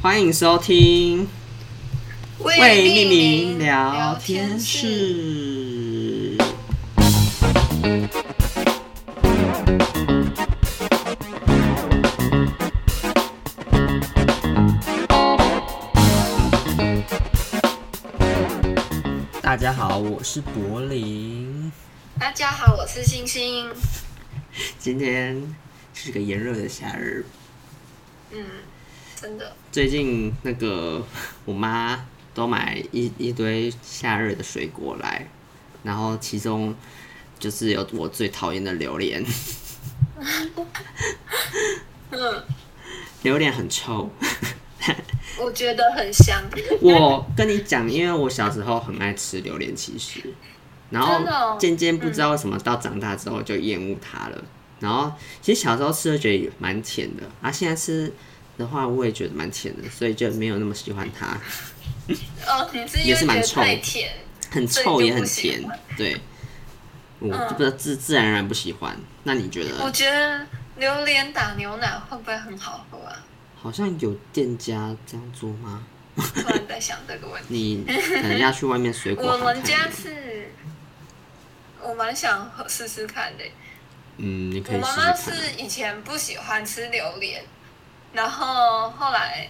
欢迎收听为命名聊聊天室。室。大家好，我是柏林。大家好，我是星星。今天是个炎热的夏日，嗯，真的，最近那个我妈都买一一堆夏日的水果来，然后其中就是有我最讨厌的榴莲，嗯，榴莲很臭。我觉得很香。我跟你讲，因为我小时候很爱吃榴莲，其实，然真的后哦渐渐不知道为什么到长大之后就厌恶它了。然后其实小时候吃就觉得蛮甜的，啊，现在吃的话我也觉得蛮甜的，所以就没有那么喜欢它。哦，你自己也又是觉蛮得臭太甜。很臭所以也就不很喜甜欢，对，我嗯就不知道自自然而然不喜欢。那你觉我得觉得榴莲打牛奶会不会很好喝啊？好像有店家这样做吗？突然在想这个 问题。 你可能要去外面水果我行看们家看。是，我蛮想喝试试看的。嗯，你可我以试妈试妈看。是以前不喜欢吃榴莲，然后后来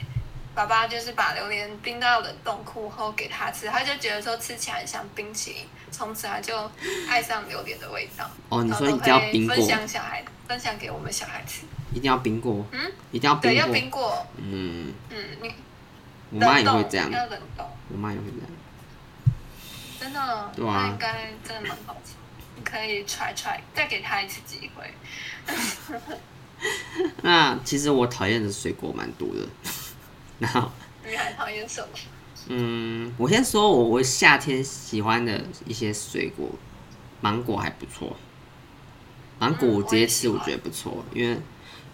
爸爸就是把榴莲冰到冷冻库后给她吃，她就觉得说吃起来很像冰淇淋，从此她就爱上榴莲的味道。哦，你然后说都你只要会冰过分，享小孩，嗯分享给我们小孩吃。一定要冰过，嗯，一定要对，冰要过。冰过，嗯，嗯，你我妈冷也冻会这样，要冷冻，我妈也会这样。真的哦，对啊那应该真的蛮好吃。你可以 try try，再给她一次机会。那其实我讨厌的水果蛮多的， 然后你还讨厌什么？嗯，我先说我我夏天喜欢的一些水果，芒果还不错。芒果嗯我直接吃，我我也喜欢觉得不错，因为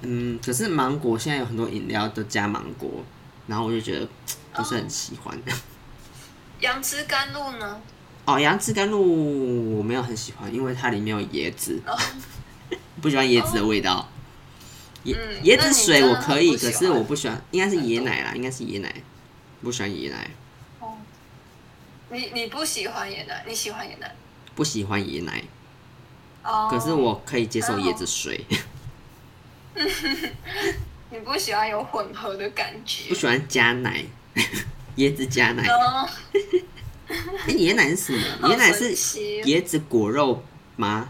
嗯，可是芒果现在有很多饮料都加芒果，然后我就觉得不是很喜欢。 杨枝甘露呢？哦，杨枝甘露我没有很喜欢，因为它里面有椰子，哦。 不喜欢椰子的味道。椰嗯椰那子你水真我的可很以，不喜可欢是我不喜欢，应该是椰奶啦，应该是椰奶，不喜欢椰奶，哦，你你不喜欢椰奶，你喜欢椰奶不喜欢椰奶，哦。可是我可以接受哦椰子水。 你不喜欢有混合的感觉不。喜欢加奶， 椰子加奶。哦，哎、椰奶是什么？好椰奶神是奇哦椰子果肉吗？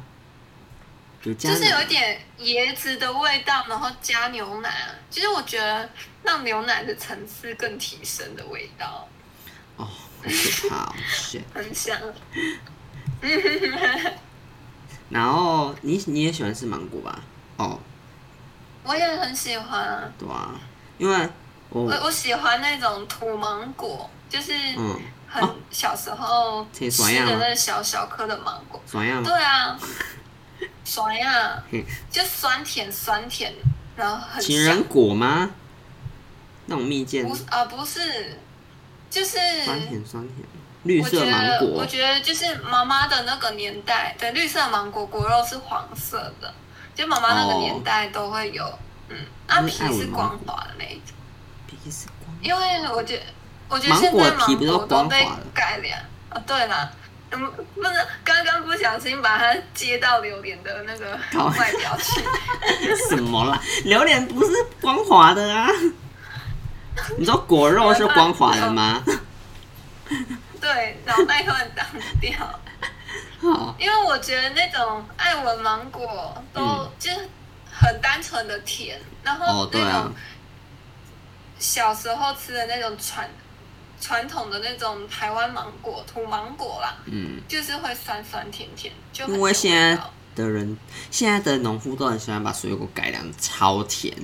有加就是有奶一吗？点椰子的味道，然后加牛奶啊。其实我觉得让牛奶的层次更提升的味道，哦，好可怕哦 shit 很香。然后你你也喜欢吃芒果吧？哦，我也很喜欢啊，对啊，因为我我我喜欢那种土芒果，就是嗯，很哦小时候挺吃爽样啊的那小小颗的芒果。怎么样？对啊，酸呀、嗯就酸甜酸甜，然后很情香人。果吗？那种蜜饯不，是啊、不是，就是酸甜酸甜，绿我觉色得芒我果，觉得就是妈妈的那个年代的绿色芒果果肉是黄色的，就妈妈那个哦年代都会有，嗯，啊那皮是爱是文芒光果滑的那一种，皮是光因为我觉得我觉得芒现果在皮芒不都果光都被滑的改良啊，对啦。嗯，不是，刚刚不小心把它接到榴莲的那个搞外表 去，什么啦？榴莲不是光滑的啊？你说果肉是光滑的吗？对，脑袋突然 挡掉。哦，因为我觉得那种爱文芒果都、嗯就是很单纯的甜，然后 哦对那啊种小时候吃的那种传传统的那种台湾芒果土芒果啦，嗯，就是就是会酸酸甜甜，就很因为有味现在道的人，现在的农夫都很喜欢把水果改良超甜，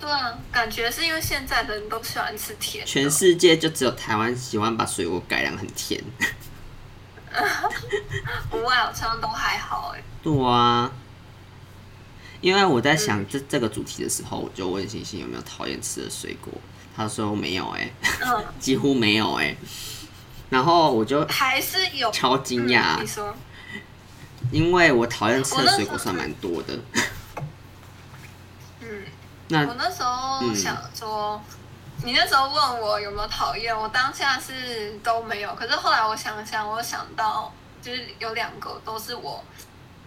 对啊，感觉是因为现在的人都喜欢吃甜的，全世界就只有台湾喜欢把水果改良很甜。 国外好像都还好哎、对啊，因为我在想这这个主题的时候，我就问星星有没有讨厌吃的水果，他说没有、欸，哎，嗯，几乎没有、欸，哎，然后我就 还是有超惊讶啊嗯，你说因为我讨厌吃的水果算蛮多的。 嗯。那我那时候嗯想说，你那时候问我有没有讨厌，我当下是都没有。可是后来我想想，我想到就是有两个都是我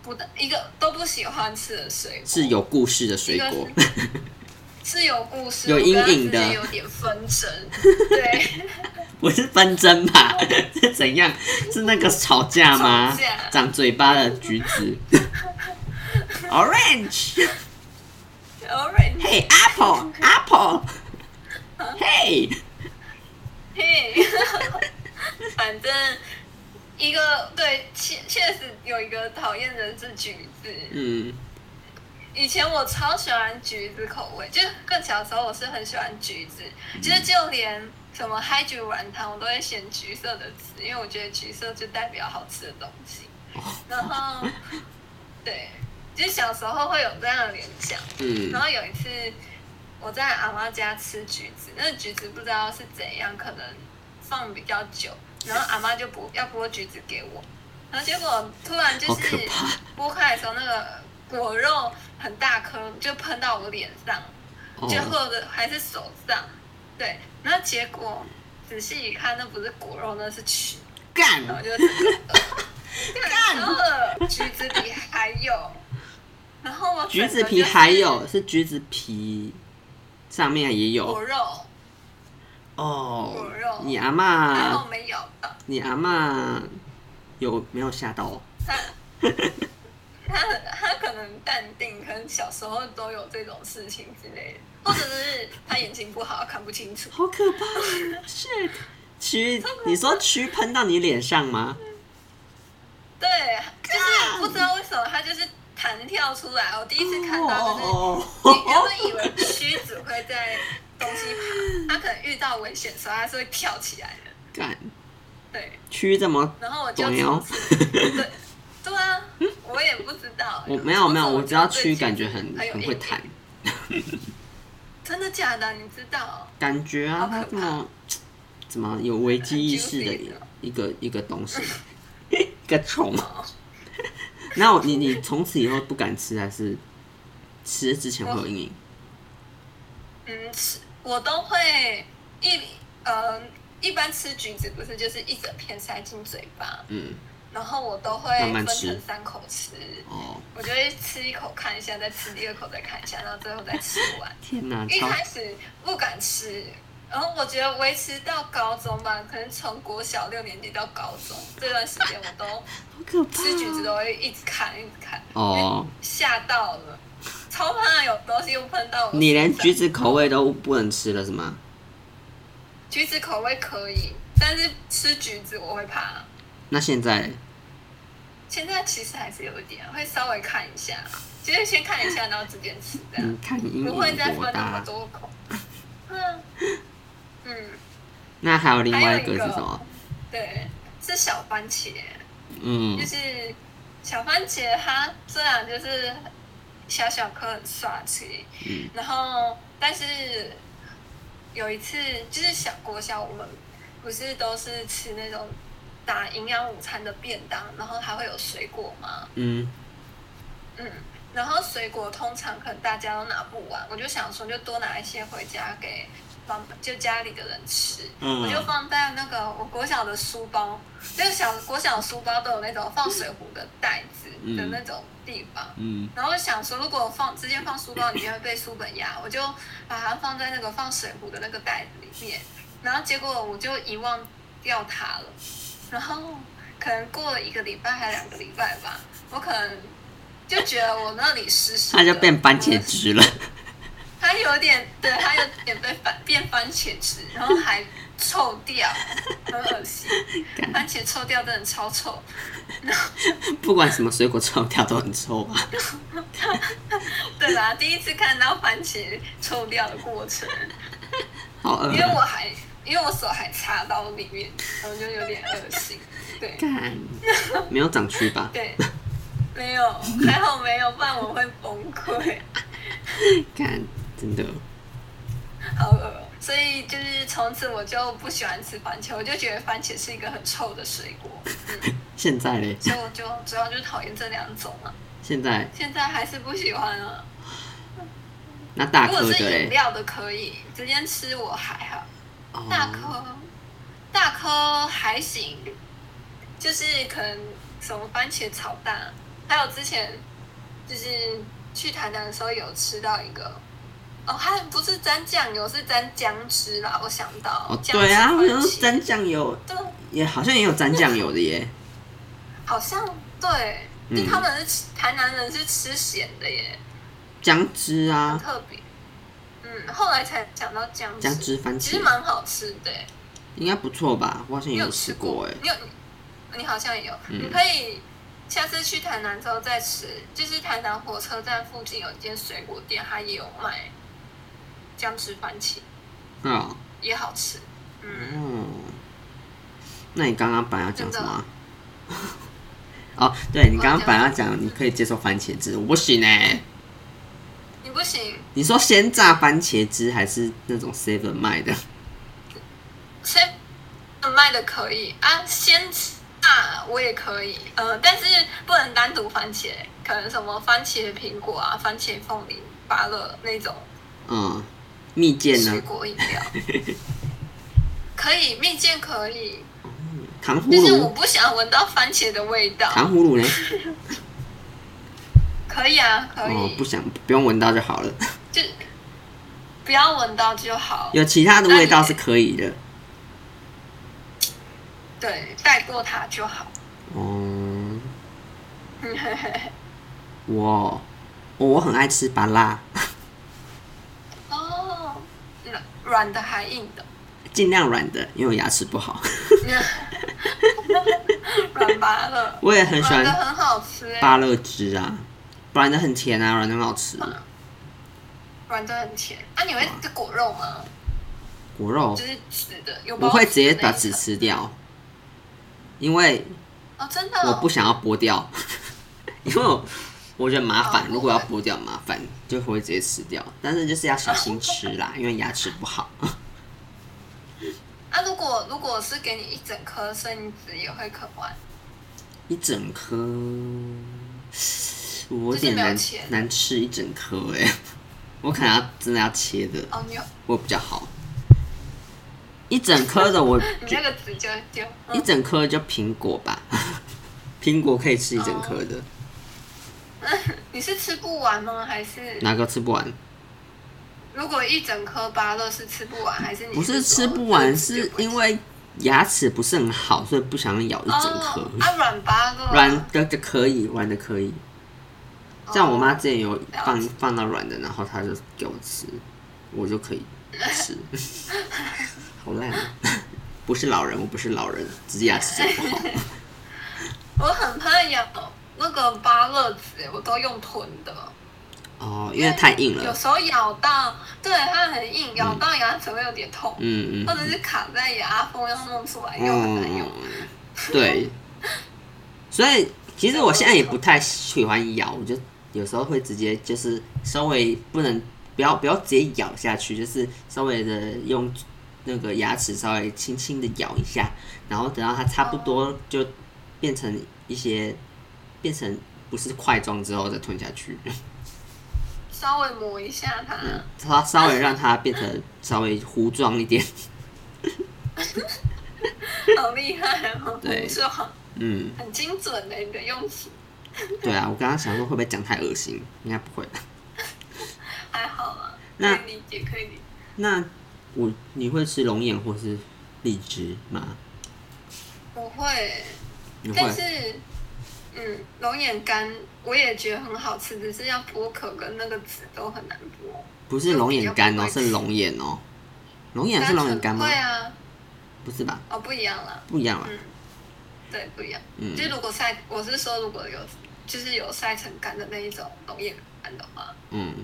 不的一个都不喜欢吃的水果，是有故事的水一个果，是是有故事，有阴影的我跟他之间有点纷争。 对， 不是纷争吧？ 是怎样？是那个吵架吗吵架？长嘴巴的橘子 ，orange， orange，嘿，apple，apple，嘿，嘿， 反正一个对确确实有一个讨厌的是橘子，嗯，以前我超喜欢橘子口味，就更小的时候我是很喜欢橘子，就是就连什么嗨橘软糖我都会选橘色的吃，因为我觉得橘色就代表好吃的东西。然后，对，就小时候会有这样的联想。嗯然，后有一次我在阿妈家吃橘子，那橘子不知道是怎样，可能放比较久，然后阿妈就剥要剥橘子给我，然后结果突然就好可是怕剥开的时候，那个果肉很大颗，就喷到我脸上，就哦，或者还是手上，对，然后结果仔细一看，那不是果肉，那是蛆，干然后就嗯 干了，橘子皮还有。然后我橘子整个皮就是还有是橘子皮上面也果有肉，哦果肉。你阿然后嬷，没有到，你阿嬷有没有吓到我？他他很他可能淡定，可能小时候都有这种事情之类的，或者是他眼睛不好看不 清楚。好可怕！shit，蛆，你说蛆喷到你脸上吗？对，啊就是不知道为什么他就是弹跳出来。我第一次看到就是。哦你原本以为蛆只会在东西爬，它可能遇到危险的时候，它是会跳起来的。干对，蛆这么，然后我就懂了从此对对啊，我也不知道。 我没有没有，我知道蛆感觉很很很会弹，真的假的？你知道？感觉啊，好它可这么怎么有危机意识的很 juicy 的一个一个东 西，一个虫。 哦那我你你从此以后不敢吃，还是吃之前会有阴影？嗯，吃我都会一呃，一般吃橘子不是就是一整片塞进嘴巴，嗯，然后我都会慢慢分吃成三口吃。哦，我就会吃一口看一下，再吃第二口再看一下，然后最后再吃完。天哪，一超开始不敢吃，然后我觉得维持到高中吧，可能从国小六年级到高中这段时间，我都好可怕吃橘子啊！都会一直看，一直看，哦，吓到了，超怕有东西又喷到我。你连橘子口味都不能吃了是吗？橘子口味可以，但是吃橘子我会怕。那现在嘞现在其实还是有一点，会稍微看一下，就是先看一下，然后直接吃这样。你嗯看你阴不影会再有分多那么大？多口。嗯 嗯，那还有另还外有一个一是个什么？对，是小番茄，嗯就，是小番茄，它虽然就是小小颗很帅气，嗯然后但是有一次就是小国小我们不是都是吃那种打营养午餐的便当，然后还会有水果吗？嗯，嗯，然后水果通常可能大家都拿不完，我就想说就多拿一些回家给妈妈，就家里的人吃。嗯我就放在那个我国小的书包，就是小国小的书包都有那种放水壶的袋子的那种地方。嗯，然后我想说，如果我放直接放书包里面会被书本压，我就把它放在那个放水壶的那个袋子里面，然后结果我就遗忘掉它了。然后可能过了一个礼拜还两个礼拜吧，我可能就觉得我那里湿湿那的，就变番茄嗯汁了。 它有点，对，它有点被番变番茄汁，然后还臭掉，很恶心。 干番茄臭掉真的超臭，不管什么水果臭掉都很臭啊吧？对啦，第一次看到番茄臭掉的过程，好呃恶因为我还因为我手还插到里面，然后就有点恶心。 对干，没有长蛆吧？对，没有，还好没有，不然我会崩溃，干，真的，好恶哦。所以就是从此我就不喜欢吃番茄，我就觉得番茄是一个很臭的水果，现在嘞？所以我就主要就讨厌这两种啊。现在现在还是不喜欢啊。那大如果颗是的饮嘞，料的可以，直接吃我还好。哦大颗，大颗还行，就是可能什么番茄炒蛋，还有之前就是去台南的时候有吃到一个，哦，它不是沾酱油，是沾姜汁啦，我想到。哦，姜汁对啊，番我想说茄沾酱油对，也好像也有沾酱油的耶，好像对，嗯就他们是吃台南人是吃咸的耶，姜汁很啊，特别。嗯，后来才想到姜汁，姜汁番其实茄蛮好吃的耶。应该不错吧？我好像你也有吃吃过哎，你有，你好像也有。嗯你可以下次去台南之后再吃，就是台南火车站附近有一间水果店，它也有卖姜汁番茄，哦，也好吃。嗯，哦，那你刚刚本来要讲真的什么啊？ 哦，对你我刚刚讲本来要讲，你可以接受番茄汁，我不行哎、 你不行，你说鲜榨番茄汁还是那种 seven 卖的？先嗯卖的可以啊，先啊我也可以，呃，但是不能单独番茄，可能什么番茄苹果啊、番茄凤梨、芭乐那种。嗯，蜜饯水呢？果 饮料可以，蜜饯可以，糖葫就是我芦，不想闻到番茄的味道。糖葫芦呢？可以啊，可以，哦，不想不用闻到就好 了。就不要闻到就好。有其他的味道是可以的。对，带过它就好。 哦，我哦我很爱吃芭拉，哦，软软的还硬的， 尽量软的，因为我牙齿不好。软拔了，我也很喜软的欢很好吃、欸，芭乐汁啊，软的很甜啊，软的很好吃。软的很甜。啊，你会吃果肉吗？果肉嗯就是紫的，有包哦我会直接子的把那籽种吃掉，因为哦，真的、我哦，不想要剥掉， 因为我我觉得麻烦哦，如果要剥掉麻烦，就会直接吃掉。但是哦就是要小心吃啦，因为牙齿不好。 啊，如果如果是给你一整颗生鱼子，也会啃完。一整颗，我有点没有难切难吃一整颗哎、 我可能要真的要切的，哦，你有会比较好。一整颗的我 你觉那个籽就丢，一嗯，整颗就苹果吧， 苹果可以吃一整颗的，你是吃不完吗？还是哪个吃不完？如果一整颗芭乐是吃不完，还是你不是说吃不完，肚子就是不会因为牙齿不是很好，所以不想咬一吃整颗哦。啊软芭乐啊软的就可以，软的可以。哦像我妈之前有放了解放到软的，然后她就给我吃，我就可以 吃。好烂、啊！ 不是老人，我不是老人，只是牙齿真的不好。我很怕咬那个芭乐籽，我都用吞的，哦，因为太硬有了。时候咬到，对它很硬，咬到牙齿会有点痛，嗯或嗯者是卡在牙缝要弄出来又很难嗯用。， 对。所以其实我现在也不太喜欢咬，我就有时候会直接就是稍微不能不要不要直接咬下去，就是稍微的用那个牙齿稍微轻轻的咬一下，然后等到它差不多就变成一些变成不是块状之后再吞下 去，稍微磨一下它，它稍微让它变成稍微糊状一点，好厉害哦！对是很嗯。很精准的你的用词，对啊，我刚刚想说会不会讲太恶心，应该不会。还好啦，可那以理解，可以理解。那我你会吃龙眼或是荔枝吗？我会。你会但是，嗯，龙眼干我也觉得很好吃，只是要剥壳跟那个籽都很难剥。不是龙眼干哦，就比较不会是龙眼哦。龙眼是龙眼干吗对？啊，不是吧？哦，不一样啦，不一样啊。嗯对，不一样。嗯就是如果晒，我是说如果有，就是有晒成干的那一种龙眼干的话，嗯，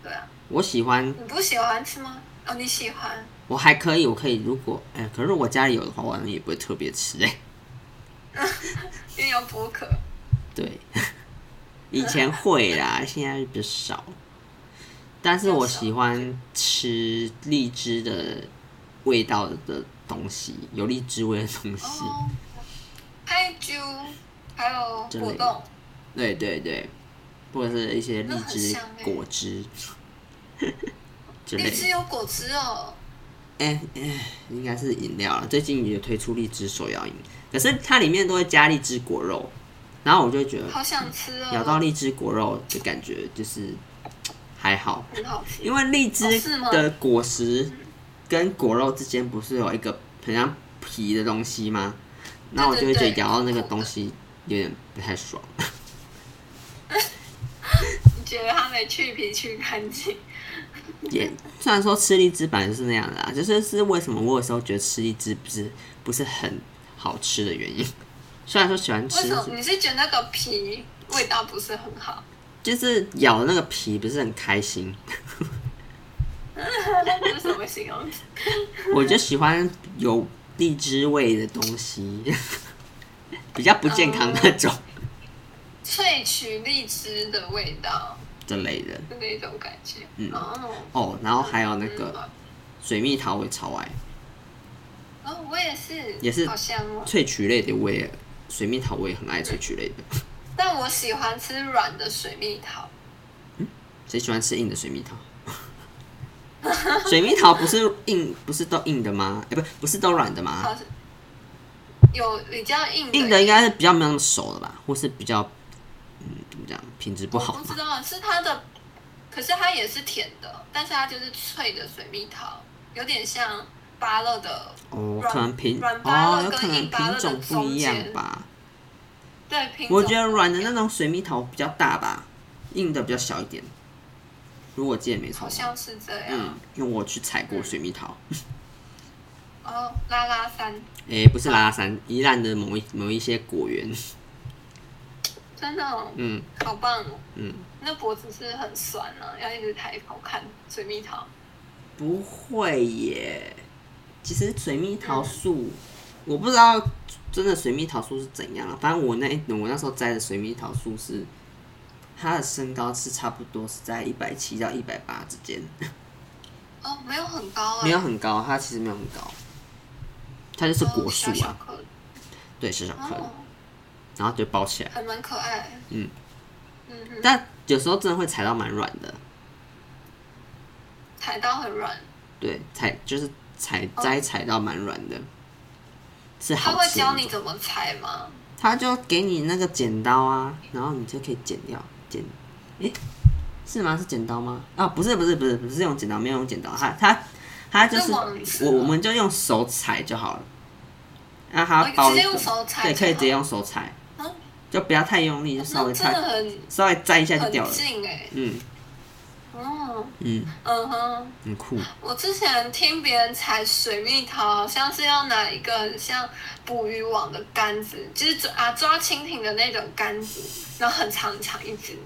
对啊，我喜欢，你不喜欢吃吗？哦，你喜欢？我还可以，我可以。如果哎、可是我家里有的话，我好像也不会特别吃哎、因为要剥壳。对， 以前会啦，现在比较少。但是我喜欢吃荔枝的味道的东西，有荔枝味的东西。哦，开酒，还有之果类的冻，对对对，或者是一些荔那很枝香欸 果汁，之类的荔枝。有果汁哦，哎、哎，应该是饮料了。最近也推出荔枝手摇饮，可是它里面都会加荔枝果肉，然后我就会觉得好想吃哦，咬到荔枝果肉的感觉就是还好，很好吃，因为荔哦枝是吗的果实跟果肉之间不是有一个很像皮的东西吗？那我就会觉得对对对咬到那个东西有点不太爽。你觉得它没去皮去干净？也虽然说吃荔枝本来就是那样的啦，啊就是是为什么我有时候觉得吃荔枝不是不是很好吃的原因。 虽然说喜欢为吃什，么？你是觉得那个皮味道不是很 好？就是咬的那个皮不是很开心。这是什么形容词？我就喜欢有荔枝味的东西， 比较不健康那哦种萃取荔枝的味道之类的的那种感觉。嗯哦，哦。然后还有那个水蜜桃，我也超爱，嗯。哦，我也是，也是好香哦。萃取类的我也水蜜桃我也很爱萃取类的。但我喜欢吃软的水蜜桃，谁喜欢吃硬的水蜜桃？ 水蜜桃不是硬，不是都硬的吗？哎、不，不是都软的吗？好像有比较硬硬的应该是比较没有那么熟的吧，或是比较，嗯，怎么讲，品质不好我不嘛知。道是它的，可是它也是甜的，但是它就是脆的水蜜桃，有点像芭乐的，哦，软可能品软芭乐哦，有跟可能硬芭乐品的种不一样中间吧。对，品种我觉得软的那种水蜜桃比较大吧，硬的比较小一点。如果我记得没错好的话，像是这样。嗯，因为我去采过水蜜桃，哦，拉拉山，哎、不是拉拉山，宜兰的某一某一些果园，真的、哦、嗯好棒哦！嗯，那脖子是很酸啊，要一直抬头看水蜜桃。不会耶。其实水蜜桃树，我不知道真的水蜜桃树是怎样啊。反正我那一我那时候摘的水蜜桃树是，它的身高是差不多是在一百七到一百八之间，哦，没有很高啊，没有很高，它其实没有很高，它就是果树哦小小啊，颗对，小小颗的哦，，然后就包起来。还蛮可爱。嗯嗯哼，但有时候真的会踩到蛮软的，踩到很软，对，踩就是踩哦摘踩到蛮软的，是他好会吃的教那你种。怎么踩吗？他就给你那个剪刀啊，然后你就可以剪掉剪，诶、是吗？是剪刀吗？啊，不是不是不是不是用剪刀，没有用剪刀，他他他就是是网子我吗我们就用手踩就好了，然后还哦要包一直接个用手踩对，就可以好直接用手踩，嗯，就不要太用力，就稍那微真的踩，很稍微摘一下就掉很了。近哎、嗯哦，嗯，嗯哼，很酷。我之前听别人采水蜜桃，好像是要拿一个很像捕鱼网的杆子，就是抓啊抓蜻蜓的那种杆子，然后很长很长一只，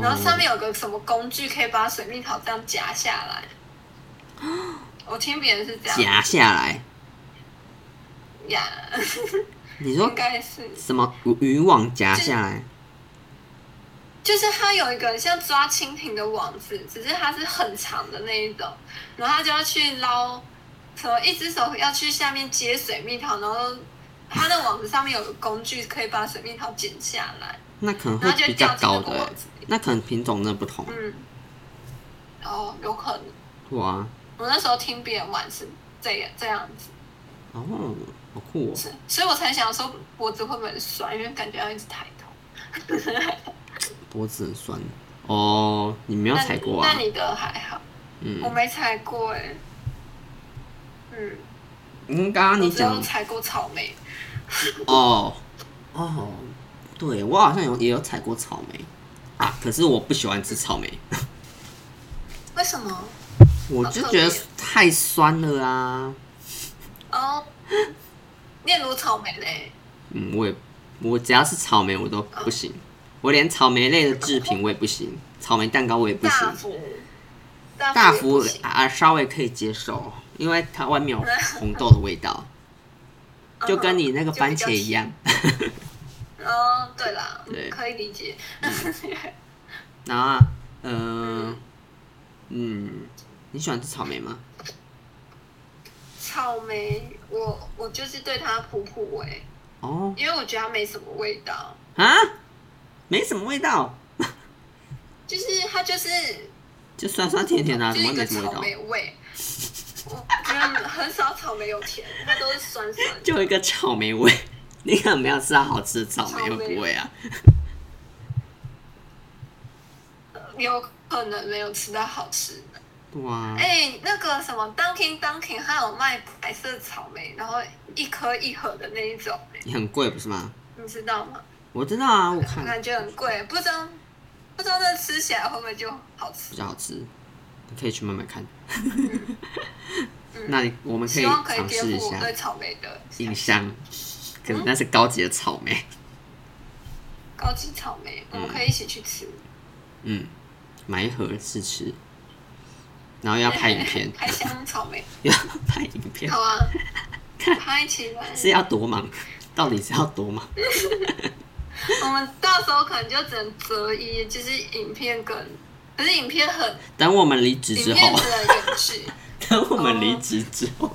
然后上面有个什么工具可以把水蜜桃这样夹下来。我听别人是这样夹下来，呀，你说 应该是，什么渔网夹下来？就是它有一个像抓蜻蜓的网子，只是它是很长的那一种，然后它就要去捞，什么一只手要去下面接水蜜桃，然后它的网子上面有个工具可以把水蜜桃剪下来，那可能会然后就比掉较进高那个的、网子里。那可能品种真的不同、嗯，哦，有可能，哇，我那时候听别人玩是这样这样子，哦，好酷哦！是所以我才想说脖子会不会很酸，因为感觉要一直抬头。脖子很酸哦，你没有那踩过啊那？你的还好，我嗯，没踩过哎、嗯。嗯，刚刚你我只有讲采过草莓，哦哦，对我好像有也有采过草莓啊，可是我不喜欢吃草莓，为什么？我就觉得太酸了啊。哦，炼乳草莓嘞，嗯，我也我只要是草莓我都不行，我连草莓类的制品我也不行，草莓蛋糕我也不行大。福，大福福也不行啊，稍微可以接受，因为它外面有红豆的味道，就跟你那个番茄一。样。嗯哦，对啦，对嗯可以理解。然后啊，嗯嗯，你喜欢吃草莓吗？ 草莓，我我就是对它普普味，哦因为我觉得它没什么味道，啊，没什么味道就是它就是就酸酸甜甜的、啊，就怎么是一会个没什么味草道？莓味。我觉得很少草莓有甜，它都是酸酸的。就一个草莓味，你可能没有吃到好吃的草莓，草莓会不会啊？有可能没有吃到好吃的。哇，哎、那个什么 Dunkin Dunkin 还有卖白色草莓，然后一颗一盒的那一种、哎也很贵不是吗？你知道吗？我知道啊，我我看感觉很贵，不知道不知道那吃起来会不会就好比吃？较好吃，你可以去买买看。 那你我们可以嗯希望可以尝颠试一覆我下对草莓的印象，可嗯是那是高级的草莓，高级草莓，我们可以一起去吃。嗯，买一盒试吃，然后要拍影片 ，开箱草 莓，要拍影片好，啊，拍起来。是啊要多忙？到底是要多忙？我们到时候可能就只能择一，就是影片跟，可是影片很，等我们离职影之片后，只能远距，等我们离职之后，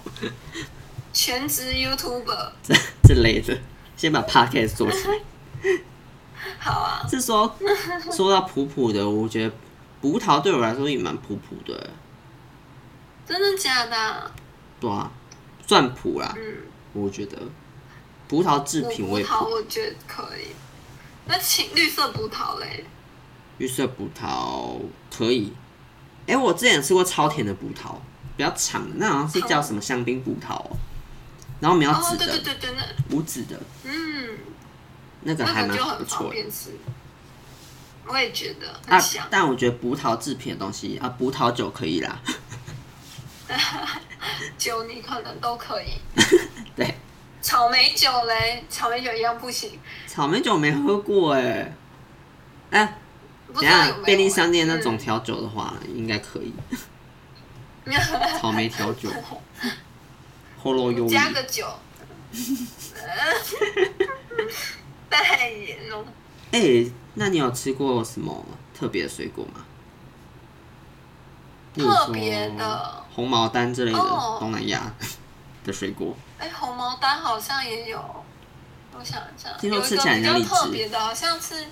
全职 YouTuber，这这类的，先把 podcast 做起来。好啊，是说说到普普的，我觉得葡萄对我来说也蛮普普的，真的假的啊？对啊，算普啦，嗯，我觉得葡萄制我品葡我也萄普，我觉得可以，那青绿色葡萄嘞，绿色葡萄可以。哎、我之前吃过超甜的葡萄，比较长的，那好像是叫什么香槟葡萄、哦，然后苗哦籽，对对的、对对，那无籽的嗯，那个还蛮那个就不很方错的。便吃，我也觉得啊很香，，但我觉得葡萄制品的东西啊，葡萄酒可以啦。酒你可能都可以， 对，草莓酒嘞，草莓酒一样不行，草莓酒没喝过哎、哎、不等知一道下有没有便利商店那种嗯调酒的话，应该可 以。草莓调酒，喉咙忧郁，啊加 个酒， 代言哦。哎、那你有吃过什么特别的水果吗？例如说特别的红毛丹之类的哦东南亚的水果，哎，红毛丹好像也有，我想一下，听有说一吃个起来很比像较荔枝特别的，好像是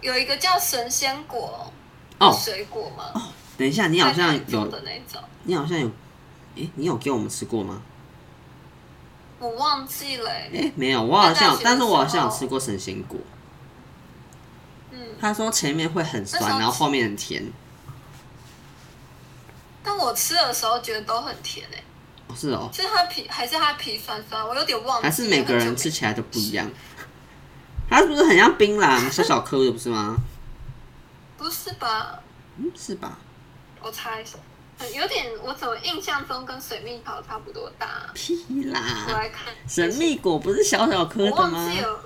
有一个叫神仙果哦水果嘛，等一下，你好像在台中有的，那种，你好像有，哎、你有给我们吃过吗？我忘记了欸。哎、没有，我好像有在大学的时，候但是我好像有吃过神仙果。嗯，他说前面会很酸那时，候然后后面很甜。但我吃的时候觉得都很甜诶，哦，是哦，是它皮还是它皮酸酸，我有点忘记了。还是每个人很久吃没起来都不一样。它是不是很像槟榔，小小颗的，不是吗？不是吧？嗯，是吧？我猜一下，嗯有点，我怎么印象中跟水蜜桃差不多大啊、屁我啦！来看，神秘果不是小小颗我的忘吗记？了，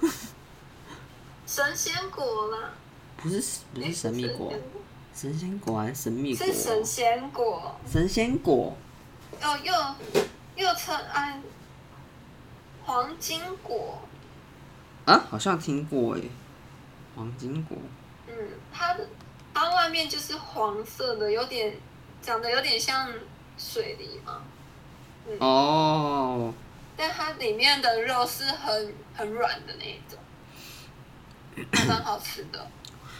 神仙果啦，不是，不是神秘果，神仙果还是神秘果哎是？神仙果，神仙果，哦，又又称安黄金果，啊，好像听过诶。黄金果，嗯，它的它外面就是黄色的，有点长得有点像水梨嘛，哦，但它里面的肉是很很软的那一种，还蛮好吃的。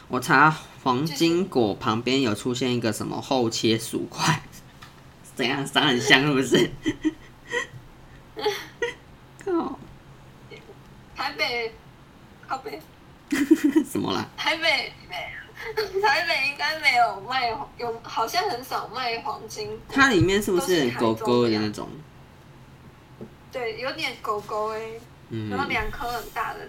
我查黄金果旁边有出现一个什么厚切薯块，怎样长很香是不是？ 靠，台北，靠北，什么啦？台北， 台北应该没有卖，有好像很少卖黄金，它里面是不是狗狗的那种？对，有点狗狗哎、嗯然，后两颗很大的，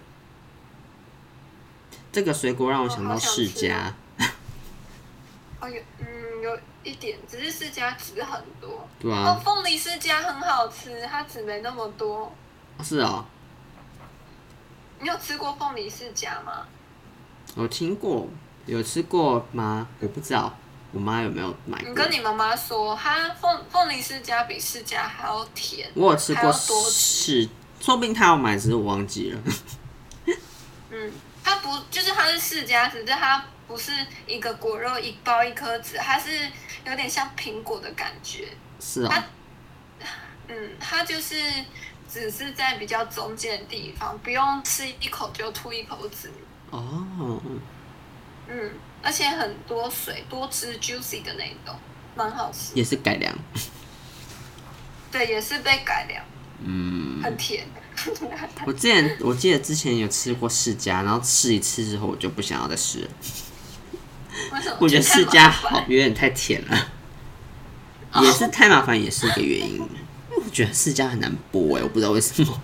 这个水果让我想到释哦好迦，哦有，嗯有一点，只是释迦籽很多。对哦啊，，凤梨释迦很好吃，它籽没那么多。是哦，你有吃过凤梨释迦吗？我听过，有吃过吗？我不知道，我妈有没有买你过跟？你妈妈说，它凤凤梨释迦比释迦还要甜。我有吃还过要多是，说不定她有买，只是我忘记了。 嗯，它不就是它是释迦籽，但它不是一个果肉一包一颗籽，它是有点像苹果的感觉。是哦，它嗯，它就是只是在比较中啊间的地方，不用吃一口就吐一口籽。哦，嗯，而且很多水，多汁 juicy 的那一种，蛮好吃。也是改良。对，也是被改良，嗯，很甜。 我之前我记得之前有吃过世家，然后试一次之后我就不想要再试了，为什么？我觉得世太麻家烦好有点太甜了，哦也是太麻烦，也是一个原因。因为我觉得世家很难剥哎、我不知道为什么，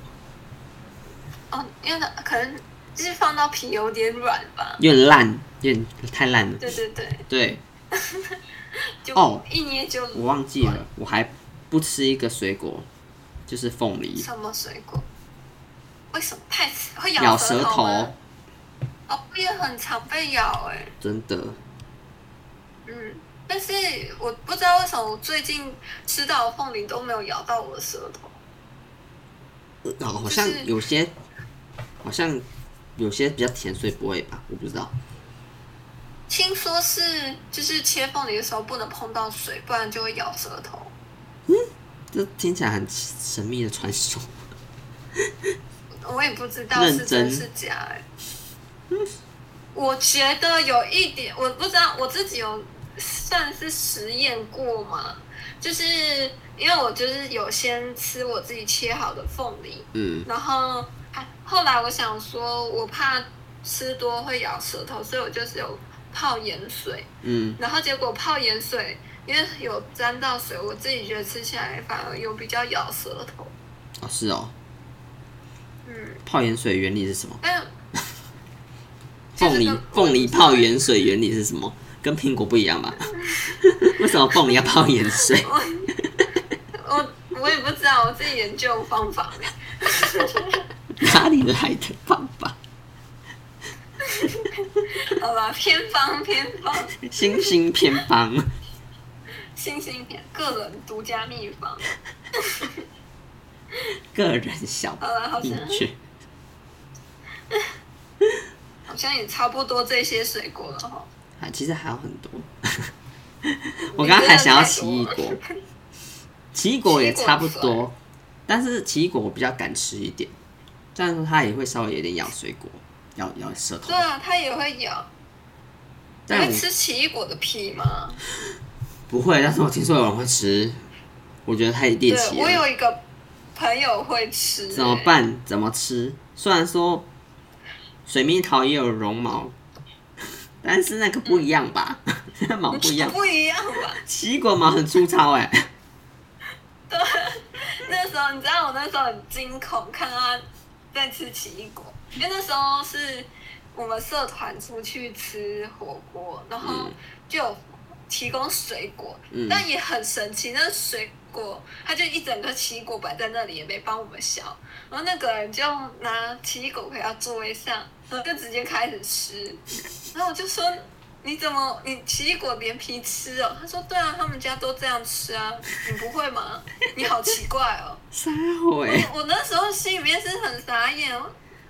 哦，因为它可能就是放到皮有点软吧。有点烂，有点太烂了。对对对，对，就哦一捏就我忘记了，我还不吃一个水果，就是凤梨，什么水果？为什么太刺会咬舌舌吗头，哦，我也很常被咬哎、真的。嗯，但是我不知道为什么我最近吃到的凤梨都没有咬到我的舌头。呃好像就是有些，好像有些比较甜，所以不会吧？我不知道。听说是就是切凤梨的时候不能碰到水，不然就会咬舌头。这听起来很神秘的传说。我也不知道认是真真是假、欸。我觉得有一点，我不知道我自己有算是实验过吗？就是因为我就是有先吃我自己切好的凤梨，嗯，然后啊后来我想说，我怕吃多会咬舌头，所以我就是有泡盐水，嗯，然后结果泡盐水因为有沾到水，我自己觉得吃起来反而有比较咬舌头，哦是哦，嗯。泡盐水原理是什么？但 凤梨就是跟凤梨泡盐水原理是什么？跟苹果不一样吧？ 为什么凤梨要泡盐 水？我我我也不知道，我自己研究方法。 哪里来的方法？好吧，偏方偏方，星星偏方，星星偏个人独家秘方。个人小好了，好像秘诀。好像也差不多这些水果了哈。啊，其实还有很多。 我刚刚还想要奇异你真果的太多了，奇异果也差不奇异果多，但是奇异果我比较敢吃一点，但是它也会稍微有点咬水果，咬咬舌头 对。啊，它也会咬。你但会我吃奇异果的皮吗？不会，但是我听说有人会吃，我觉得太猎对奇，我了。有一个朋友会吃、怎么？办？怎么吃？虽然说水蜜桃也有绒毛， 但是那个不一样吧？ 毛不一样， 不一样吧？奇异果毛很粗糙 哎、那时候你知道我那时候很惊恐，看到他在吃奇异果，因为那时候是我们社团出去吃火锅，然后嗯就有提供水果，嗯但也很神奇，那水果它就一整个奇异果摆在那里，也没帮我们削。然后那个人就拿奇异果回到座位上，然后就直接开始吃，然后我就说。你怎么你奇异果连皮吃哦？他说对啊，他们家都这样吃啊，你不会吗？你好奇 怪哦！撒谎哎！我那时候心里面是很傻眼，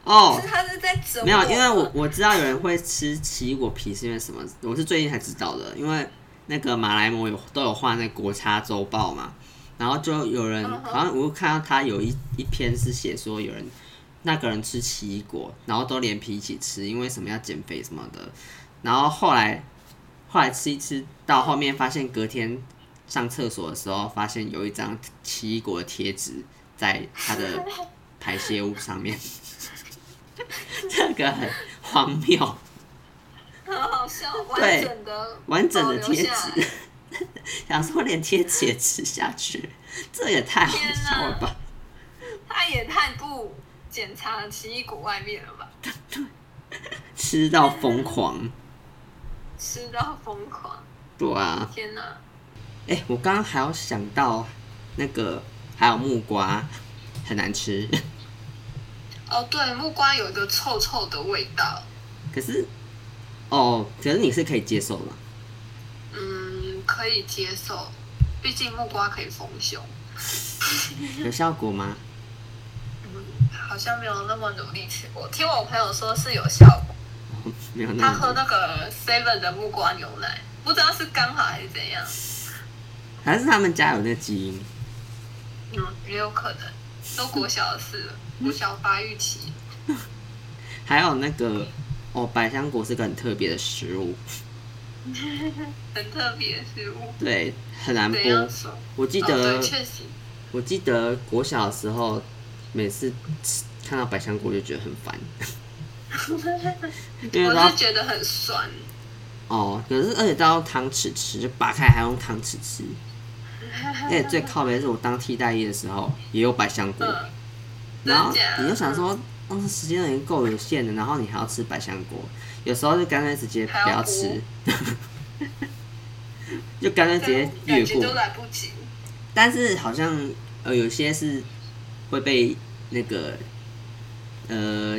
哦可，是他是在折磨。没有，因为我我知道有人会吃奇异果皮是因为什么，我是最近才知道的，因为那个马来模有都有画那个国差周报嘛，然后就有人、嗯哼好像我看到他有一一篇是写说有人那个人吃奇异果，然后都连皮一起吃，因为什么要减肥什么的，然后后来后来吃一吃到后面发现隔天上厕所的时候发现有一张奇异果的贴纸在他 的排泄物上面。 这个很荒谬，很 好笑，完整的完整的贴保哦留下纸来， 想说连贴纸也吃下去，这也太好笑了吧？他也太不检查奇异果外面了吧，吃到疯狂，吃到疯狂！对啊。天哪，哎、我刚刚还有想到那个，还有木瓜很难吃， 哦对，木瓜有一个臭臭的味道，可是哦，可是你是可以接受的嘛，嗯，可以接受，毕竟木瓜可以丰胸。有效果吗？嗯，好像没有那么努力吃过，听我朋友说是有效果。哦没有他那喝么，那个 Seven 的木瓜牛奶，不知道是刚好还是怎样，还是他们家有那基因？嗯，也有可能嗯都国小的事了，国小发育期。还有那个哦，百香果是个很特别的食物，很特别的食物。对，很难怎样剥。说？我记哦、得、对，确实，我记得国小的时候，每次吃看到百香果就觉得很 烦，因为我到是觉得 很酸。哦，可是而且到汤匙吃，就拔开还用汤匙吃。而且最靠北的是我当替代役的时候也有百香果，嗯，然后真假你就想说，哦，时间已经够有限了，然后你还要吃百香果，有时候就干脆直接不还要要剥吃， 就干脆直接感越觉过都。来不及。但是好像呃有些是会被那个呃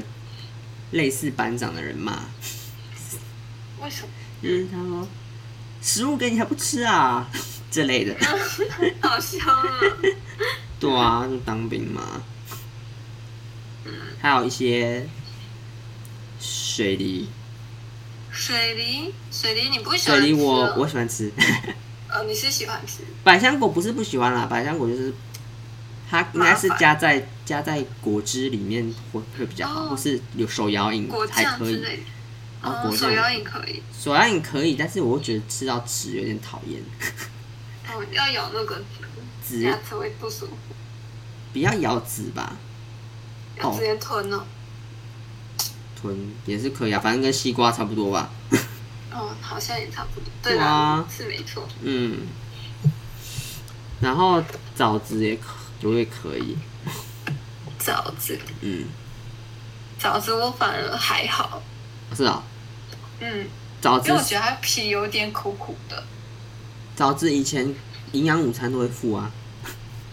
类似班长的人骂，为什么？ 就是他说食物给你还不吃啊 之类的。好香啊！对啊，就当兵嘛。还有一些水梨，水梨，水梨你不喜水欢吃、梨哦？我我喜欢吃。呃、你是喜欢吃？百香果不是不喜欢啦，百香果就是它应该是麻烦加在加在果汁里面会会比较好，哦或是有手摇饮果还酱可之以。类的。哦果手酱摇饮可以，手摇饮可以，但是我会觉得吃到籽有点讨厌，哦，要咬那个籽，籽牙齿会不舒服，比较咬籽吧，要直接吞哦。吞也是可以啊，反正跟西瓜差不多吧。哦，好像也差不多。对对啦啊，是没错。嗯，然后枣子也可我也可以，枣子，嗯，枣子我反而还好，是啊、嗯，枣因为子我觉得它皮有点苦苦的。枣子以前营养午餐都会附啊，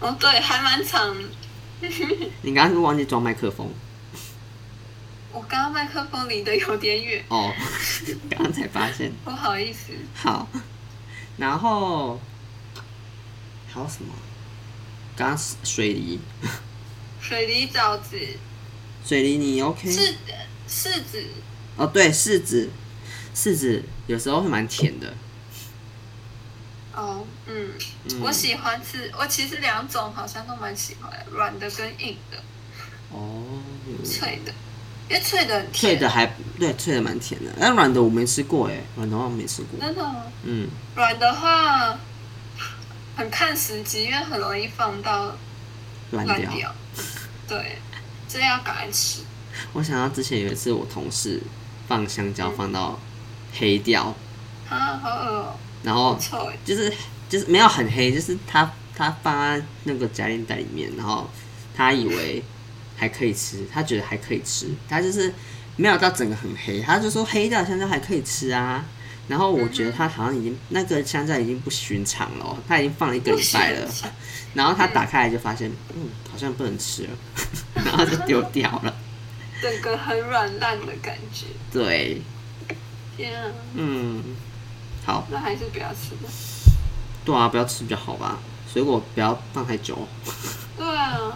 哦，对，还蛮长。你刚刚是不是忘记装麦克风我刚刚麦克风离得有点远，哦， 刚刚才发现。不好意思。好，然后还有什么？刚刚水梨，水梨枣子，水梨你 OK？柿柿子，哦，对，柿子，柿子有时候会蛮甜的。哦，嗯，嗯我喜欢吃，我其实两种好像都蛮喜欢的，软的跟硬的，哦，脆的，因为脆的很甜脆的，还对，脆的蛮甜的，但软的我没吃过哎，软的我没吃过。真的吗？嗯，软的话很看时机，因为很容易放到烂烂掉。掉，对，所以要赶快吃。我想到之前有一次我同事放香嗯蕉放到黑掉，啊，好恶哦、然后好臭哎、就是就是没有很黑，就是他他放在那个夹链袋里面，然后他以为还可以吃，他觉得还可以吃，他就是没有到整个很黑，他就说黑掉的香蕉还可以吃啊。然后我觉得他好像已经那个香蕉已经不寻常了哦，他已经放了一个礼拜了不寻常，然后他打开来就发现，嗯，好像不能吃了， 然后就丢掉了。整个很软烂的感觉，对，天啊，嗯，好，那还是不要吃吧。对啊，不要吃比较好吧，水果不要放太久。对啊，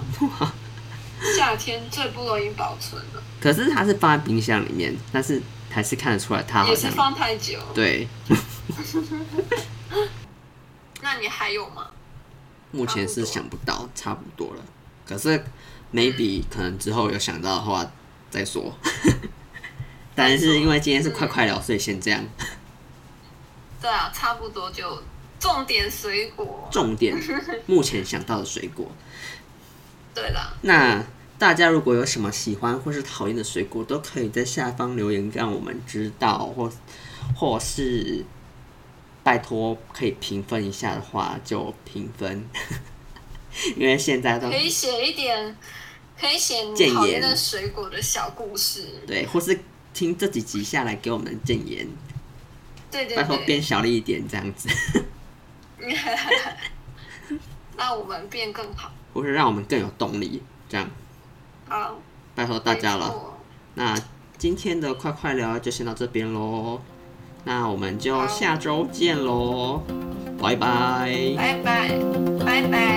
夏天最不容易保存了，可是它是放在冰箱里面，但是还是看得出来它好也是像放太久。对，那你还有吗？目前是想不到，差不多了。可是 maybe 可能之后有想到的话再 说。但是因为今天是快快聊，所以先这样。对啊，差不多就重点水果。重 点，目前想到的水果。对啦，那大家如果有什么喜欢或是讨厌的水果，都可以在下方留言让我们知道，或或是拜托可以评分一下的话就评分， 因为现在都可以写一点，可以谏写你嗯言讨厌的水果的小故事。对，或是听这几集下来给我们建言，对对拜托 对，变小了一点这样子，让我们变更好。或是让我们更有动力，这样好，拜托大家没了。错。那今天的快快聊就先到这边喽，那我们就好下周见喽，拜拜拜拜，拜拜。